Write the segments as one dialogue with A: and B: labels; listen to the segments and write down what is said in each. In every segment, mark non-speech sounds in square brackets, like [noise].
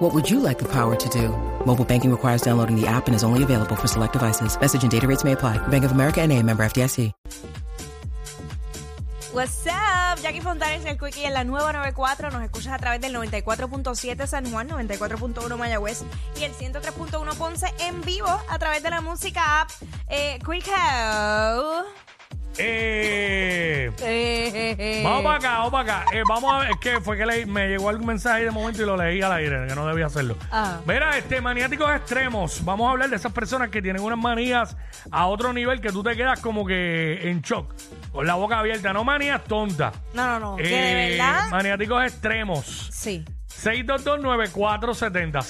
A: What would you like the power to do? Mobile banking requires downloading the app and is only available for select devices. Message and data rates may apply. Bank of America and a member FDIC.
B: What's up? Jackie Fontanes, el Quickie en la nueva 94. Nos escuchas a través del 94.7 San Juan, 94.1 Mayagüez y el 103.1 Ponce en vivo a través de la música app eh, Quicko.
C: Eh,
B: Eh, eh,
C: vamos para acá, vamos para acá. Eh, vamos a ver, es que fue que leí- me llegó algún mensaje ahí de momento y lo leí al aire, que no debía hacerlo.
B: Ah.
C: Mira, este, maniáticos extremos. Vamos a hablar de esas personas que tienen unas manías a otro nivel que tú te quedas como que en shock, con la boca abierta. No manías tontas.
B: No, no, no. que de
C: Eh,
B: verdad.
C: Maniáticos extremos.
B: Sí.
C: 6229470,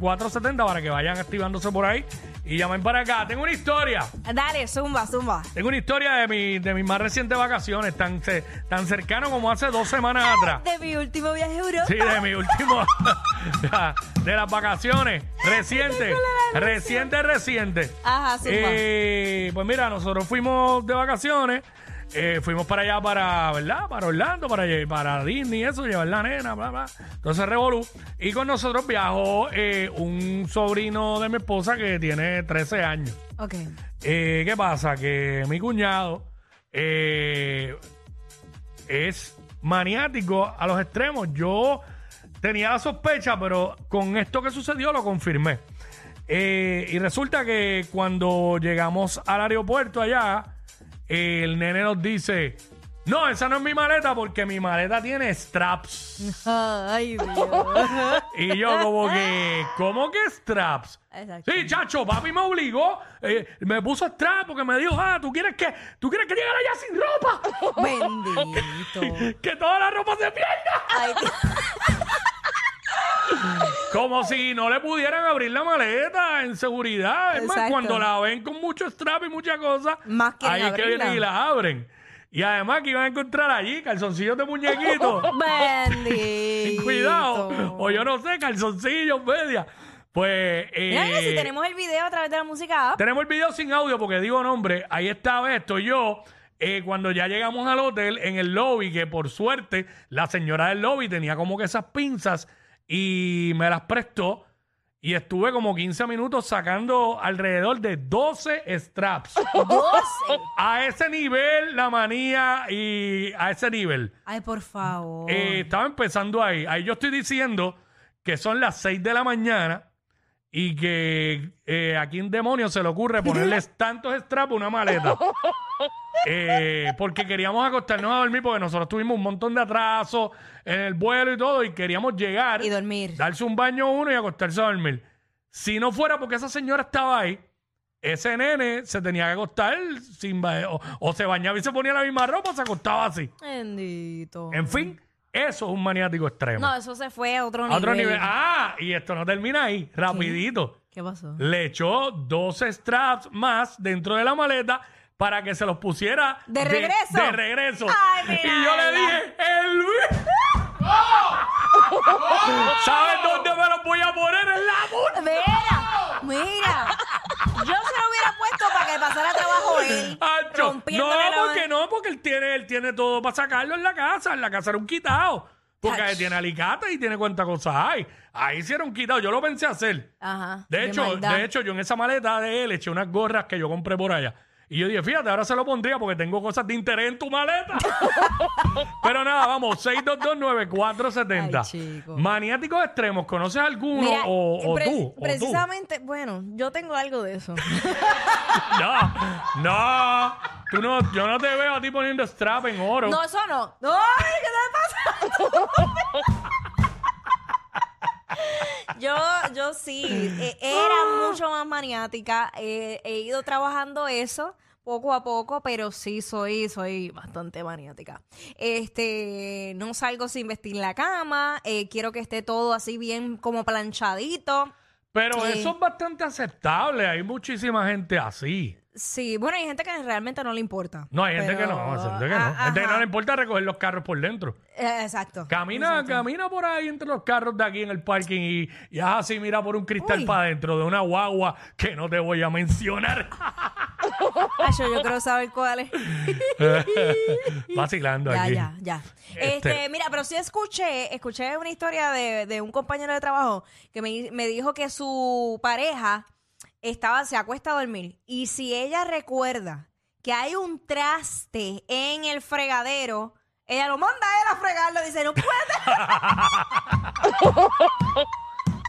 C: 6229470 para que vayan activándose por ahí y llamen para acá. Tengo una historia.
B: Dale, zumba, zumba.
C: Tengo una historia de, mi, de mis más recientes vacaciones, tan, ce- tan cercano como hace dos semanas atrás.
B: De mi último viaje a Europa.
C: Sí, de mi último. [laughs] de las vacaciones recientes. Reciente, reciente.
B: Ajá, zumba.
C: Eh, pues mira, nosotros fuimos de vacaciones. eh, fuimos para allá, para, ¿verdad? Para Orlando, para, lle- para Disney, y eso, llevar la nena, bla, bla. Entonces Revolú. Y con nosotros viajó eh, un sobrino de mi esposa que tiene 13 años.
B: Ok.
C: Eh, ¿Qué pasa? Que mi cuñado eh, es maniático a los extremos. Yo tenía la sospecha, pero con esto que sucedió lo confirmé. Eh, y resulta que cuando llegamos al aeropuerto allá, eh, el nene nos dice, no, esa no es mi maleta porque mi maleta tiene straps.
B: Ay, Dios.
C: Y yo como que, ¿cómo que straps?
B: Exacto.
C: Sí, chacho, papi me obligó, eh, me puso straps porque me dijo, ah, ¿tú quieres que, tú quieres que llegara allá sin ropa?
B: [laughs] Bendito.
C: [laughs] que toda la ropa se pierda. [laughs]
B: Ay, qué-
C: Como si no le pudieran abrir la maleta en seguridad. Es más,
B: Exacto.
C: cuando la ven con mucho strap y muchas cosas,
B: Más quieren
C: ahí es que vienen
B: abrirla.
C: y la abren. Y además que iban a encontrar allí calzoncillos de muñequito.
B: [laughs] Bendito.
C: Cuidado. O yo no sé, calzoncillos, medias. Pues... eh,
B: Mira, mira, si tenemos el video a través de la música app.
C: Tenemos el video sin audio porque digo nombre. Ahí estaba esto. Yo, eh, cuando ya llegamos al hotel, en el lobby, que por suerte la señora del lobby tenía como que esas pinzas y me las prestó. Y estuve como 15 minutos sacando alrededor de 12 straps.
B: 12.
C: A ese nivel, la manía y a ese nivel.
B: Ay, por favor.
C: Eh, estaba empezando ahí. Ahí yo estoy diciendo que son las 6 de la mañana y que eh, a quién demonio se le ocurre ponerles tantos straps a una maleta. Eh, porque queríamos acostarnos a dormir porque nosotros tuvimos un montón de atrasos en el vuelo y todo y queríamos llegar,
B: y dormir.
C: darse un baño uno y acostarse a dormir. Si no fuera porque esa señora estaba ahí, ese nene se tenía que acostar sin ba- o, o se bañaba y se ponía la misma ropa o se acostaba así.
B: Bendito.
C: En fin, eso es un maniático extremo.
B: No, eso se fue a otro
C: A
B: nivel.
C: otro nivel. Ah, y esto no termina ahí. Rapidito.
B: ¿Qué pasó?
C: Le echó 12 straps más dentro de la maleta para que se los pusiera
B: ¿De regreso?
C: de regreso.
B: Ay, mira
C: y yo le
B: ella.
C: dije, el Luis. ¿Sabes dónde me los voy a poner? En la multa.
B: Mira, mira. [laughs] Yo se lo hubiera puesto para que pasara trabajo [laughs] él.
C: Ancho. No,
B: rompiéndole la-
C: porque no, porque él tiene, él tiene todo para sacarlo en la casa. En la casa era un quitado. Porque
B: Ach.
C: tiene alicates y tiene cuántas cosas hay. Ahí sí era un quitado. Yo lo pensé hacer.
B: Ajá.
C: De hecho,
B: maldad.
C: de hecho, yo en esa maleta de él eché unas gorras que yo compré por allá. Y yo dije, fíjate, ahora se lo pondría porque tengo cosas de interés en
B: [laughs]
C: tu maleta. Pero nada, vamos,
B: Ay,
C: 6229470.
B: chico.
C: Maniáticos extremos, ¿conoces alguno
B: Mira, eh,
C: o, o
B: pre-
C: tú? o tú?
B: precisamente, bueno, yo tengo algo de [laughs] eso.
C: No, no, tú no, yo no te veo a ti poniendo strap en oro.
B: No, eso no. ¡Ay, qué te pasa! [laughs] yo, yo sí, eh, era mucho más maniática. eh, he ido trabajando eso poco a poco, pero sí soy, soy bastante maniática. Este, no salgo sin vestir la cama, eh, quiero que esté todo así bien como planchadito.
C: Pero
B: Sí.
C: eso es bastante aceptable. Hay muchísima gente así.
B: Sí, bueno, hay gente que realmente no le importa.
C: No, hay gente que
B: pero-
C: no. hay gente que no.
B: Ah,
C: Gente que no
B: ajá.
C: le importa recoger los carros por dentro.
B: Eh, exacto.
C: Camina, camina por ahí entre los carros de aquí en el parking y, y haz así, mira por un cristal
B: Uy.
C: para adentro de una guagua que no te voy
B: [laughs]
C: a mencionar. [laughs]
B: Ay, yo, yo quiero saber cuál es.
C: Vacilando
B: ya,
C: aquí.
B: ya, ya. Este,
C: [laughs] Este-
B: mira, pero sí escuché, escuché una historia de, de un compañero de trabajo que me, me dijo que su pareja estaba, se acuesta a dormir. Y si ella recuerda que hay un traste en el fregadero, ella lo manda a él a fregarlo. Dice, no puede,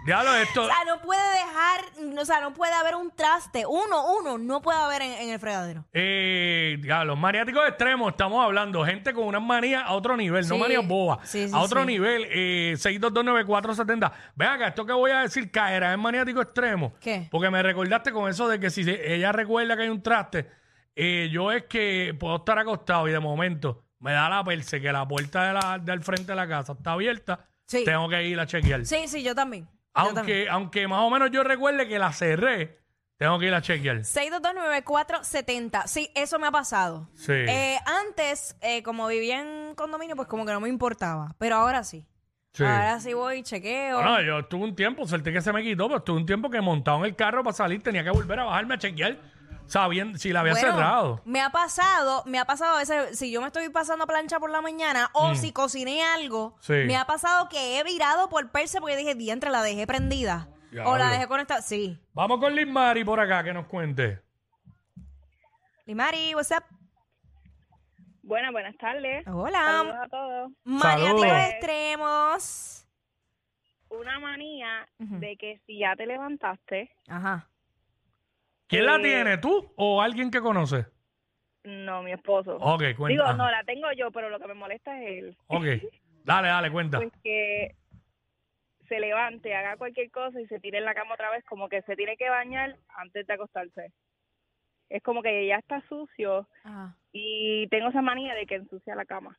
C: Diablo,
B: o
C: esto.
B: sea, no puede dejar, o sea, no puede haber un traste. Uno, uno, no puede haber en, en el fregadero.
C: Eh, los maniáticos extremos, estamos hablando. Gente con unas manías a otro nivel, no
B: Sí,
C: manías bobas.
B: sí, sí,
C: a otro
B: sí.
C: nivel, eh, 6229470. Ven acá, esto que voy a decir caerá en maniático extremo.
B: ¿Qué?
C: Porque me recordaste con eso de que si se- ella recuerda que hay un traste, eh, yo es que puedo estar acostado y de momento me da la perse que la puerta de la- del frente de la casa está abierta.
B: Sí.
C: Tengo que ir a chequear.
B: Sí, sí, yo también. Yo también.
C: aunque, aunque más o menos yo recuerde que la cerré, tengo que ir a chequear.
B: 6229470. Sí, eso me ha pasado.
C: Sí.
B: Eh, antes, eh, como vivía en condominio, pues como que no me importaba. Pero ahora sí.
C: Sí.
B: Ahora sí voy, chequeo.
C: Bueno, yo estuve un tiempo, suerte que se me quitó, pero estuve un tiempo que montado en el carro para salir tenía que volver a bajarme a chequear sabiendo si la había
B: Bueno,
C: cerrado.
B: Me ha pasado, me ha pasado a veces, si yo me estoy pasando plancha por la mañana o si cociné algo,
C: Mm. Sí.
B: me ha pasado que he virado por perse porque dije, diantre, la dejé prendida. O
C: Diablo.
B: la dejé conectada. Sí.
C: Vamos con Liz Mari por acá que nos cuente.
B: Limari, what's up?
D: Buenas, buenas tardes. Saludos
B: Hola.
D: a todos.
B: Maniáticos
C: Saludos.
B: extremos.
D: Una manía
B: Ujú.
D: de que si ya te levantaste,
B: Ajá.
C: ¿Quién la
D: Eh,
C: tiene, tú o alguien que conoces?
D: no, mi esposo.
C: Ok, cuenta.
D: Digo, no,
C: Oh, Ajá. Oh,
D: la tengo yo, pero lo que me molesta es él.
C: Ok, dale, dale, cuenta.
D: Pues que se levante, haga cualquier cosa y se tire en la cama otra vez, como que se tiene que bañar antes de acostarse. Es como que ya está sucio
B: Ajá.
D: y tengo esa manía de que ensucia la cama.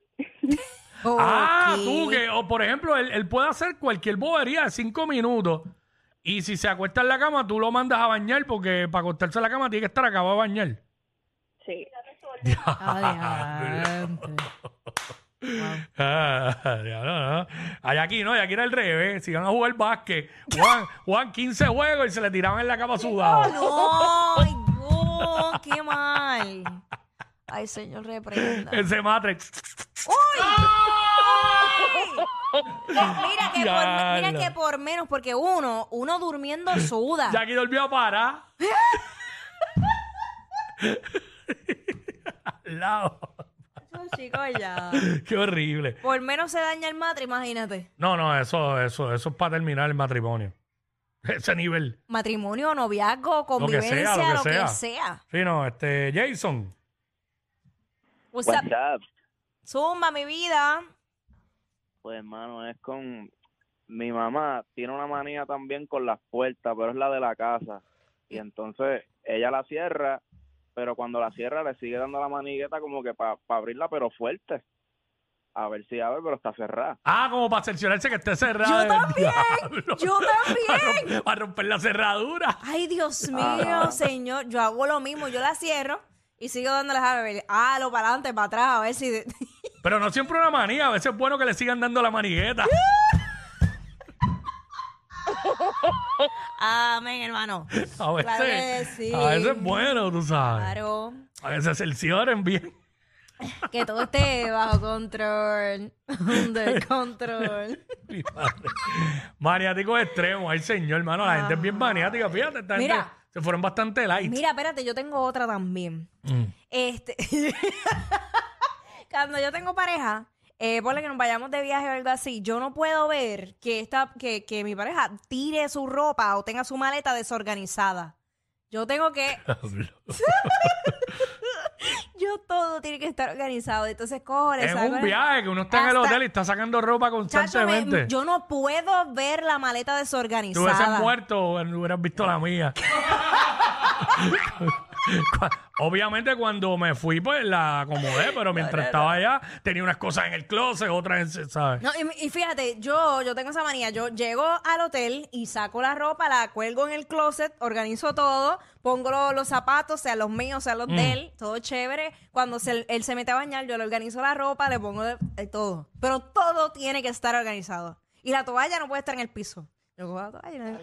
C: Ah,
B: Ok.
C: tú que, o por ejemplo, él, él puede hacer cualquier bobería de cinco minutos y si se acuesta en la cama, tú lo mandas a bañar porque para acostarse en la cama tiene que estar acabado de bañar.
D: Sí.
C: [laughs]
B: Adiantre.
C: Ah, [laughs] ya, no, no. Ay, aquí no, y aquí era el revés. Si iban a jugar básquet,
B: [laughs]
C: Juan, Juan 15 juegos y se le tiraban en la cama sudado.
B: No, ay, no, qué mal. Ay, señor, reprenda.
C: Ese
B: [laughs]
C: matre.
B: Mira que, por, mira
C: Diablo.
B: que por menos, porque uno, uno durmiendo suda.
C: Jackie volvió
B: [laughs]
C: a parar. [laughs] Al lado.
B: Ay, Chicos, ya.
C: Qué horrible.
B: Por menos se daña el matre, imagínate.
C: No, no, eso, eso, eso es para terminar el matrimonio. Ese nivel.
B: Matrimonio, noviazgo,
C: Lo que
B: convivencia,
C: sea, lo que sea.
B: sea.
C: Sí, no, este, Jason.
B: What's
E: WhatsApp,
B: up? Zumba, mi vida.
E: Pues, hermano, es con. Mi mamá tiene una manía también con las puertas, pero es la de la casa. Y entonces ella la cierra, pero cuando la cierra le sigue dando la manigueta como que para abrirla, pero fuerte. A ver si abre, pero está cerrada.
C: Ah, como para cerciorarse que esté cerrado. [laughs]
B: Yo también, Yo también.
C: Para romper la cerradura.
B: Ay, Dios mío,
E: Ah.
B: señor. Yo hago lo mismo. Yo la cierro y sigo dándoles a ver. Ah, lo para adelante, para atrás, a ver si.
C: Pero no siempre una manía, a veces es bueno que le sigan dando la manigueta.
B: [laughs] Amén, hermano.
C: A veces,
B: Claro que sí.
C: a veces es bueno, tú sabes.
B: Claro.
C: A veces cercioren bien. [laughs]
B: Que todo esté bajo control. [laughs] Under control.
C: Mi madre. Maniáticos extremos, ay señor, hermano, la gente es bien maniática, fíjate, esta gente
B: Mira.
C: se fueron bastante light.
B: Mira, espérate, yo tengo otra también.
C: Mm. [laughs]
B: Este. [laughs] Cuando yo tengo pareja. Eh, ponle que nos vayamos de viaje o algo así. Yo no puedo ver que, esta, que, que mi pareja tire su ropa o tenga su maleta desorganizada. Yo tengo
C: [laughs]
B: que
C: Diablo.
B: Yo todo tiene que estar organizado. Entonces cojo, le
C: En
B: saco
C: un
B: la-
C: viaje que uno está en el
B: Hasta-
C: hotel y está sacando ropa
B: Chacho, me-
C: constantemente.
B: yo no puedo ver la maleta
C: Si hubieses
B: desorganizada.
C: muerto, hubieras visto la mía. Cu- Obviamente cuando me fui, pues la acomodé, pero mientras estaba allá tenía unas cosas en el closet, otras en, ¿sabes?
B: No, y, y fíjate, yo, yo tengo esa manía. Yo llego al hotel y saco la ropa, la cuelgo en el closet, organizo todo, pongo lo- los zapatos, sean los míos, sean los de él, todo chévere. Cuando se- él se mete a bañar, yo le organizo la ropa, le pongo de- de todo. Pero todo tiene que estar organizado. Y la toalla no puede estar en el piso. Yo cojo la toalla. y la-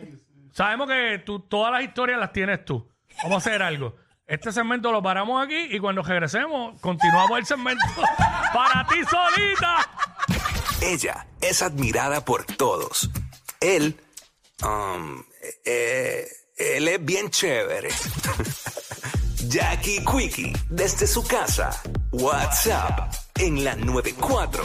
C: Sabemos que tú, todas las historias las tienes tú. Vamos a hacer algo. Este segmento lo paramos aquí y cuando regresemos continuamos el segmento [laughs] para ti solita.
F: Ella es admirada por todos. Él, um, eh, él es bien chévere. [laughs] Jackie Quickie, desde su casa. WhatsApp, en la 94.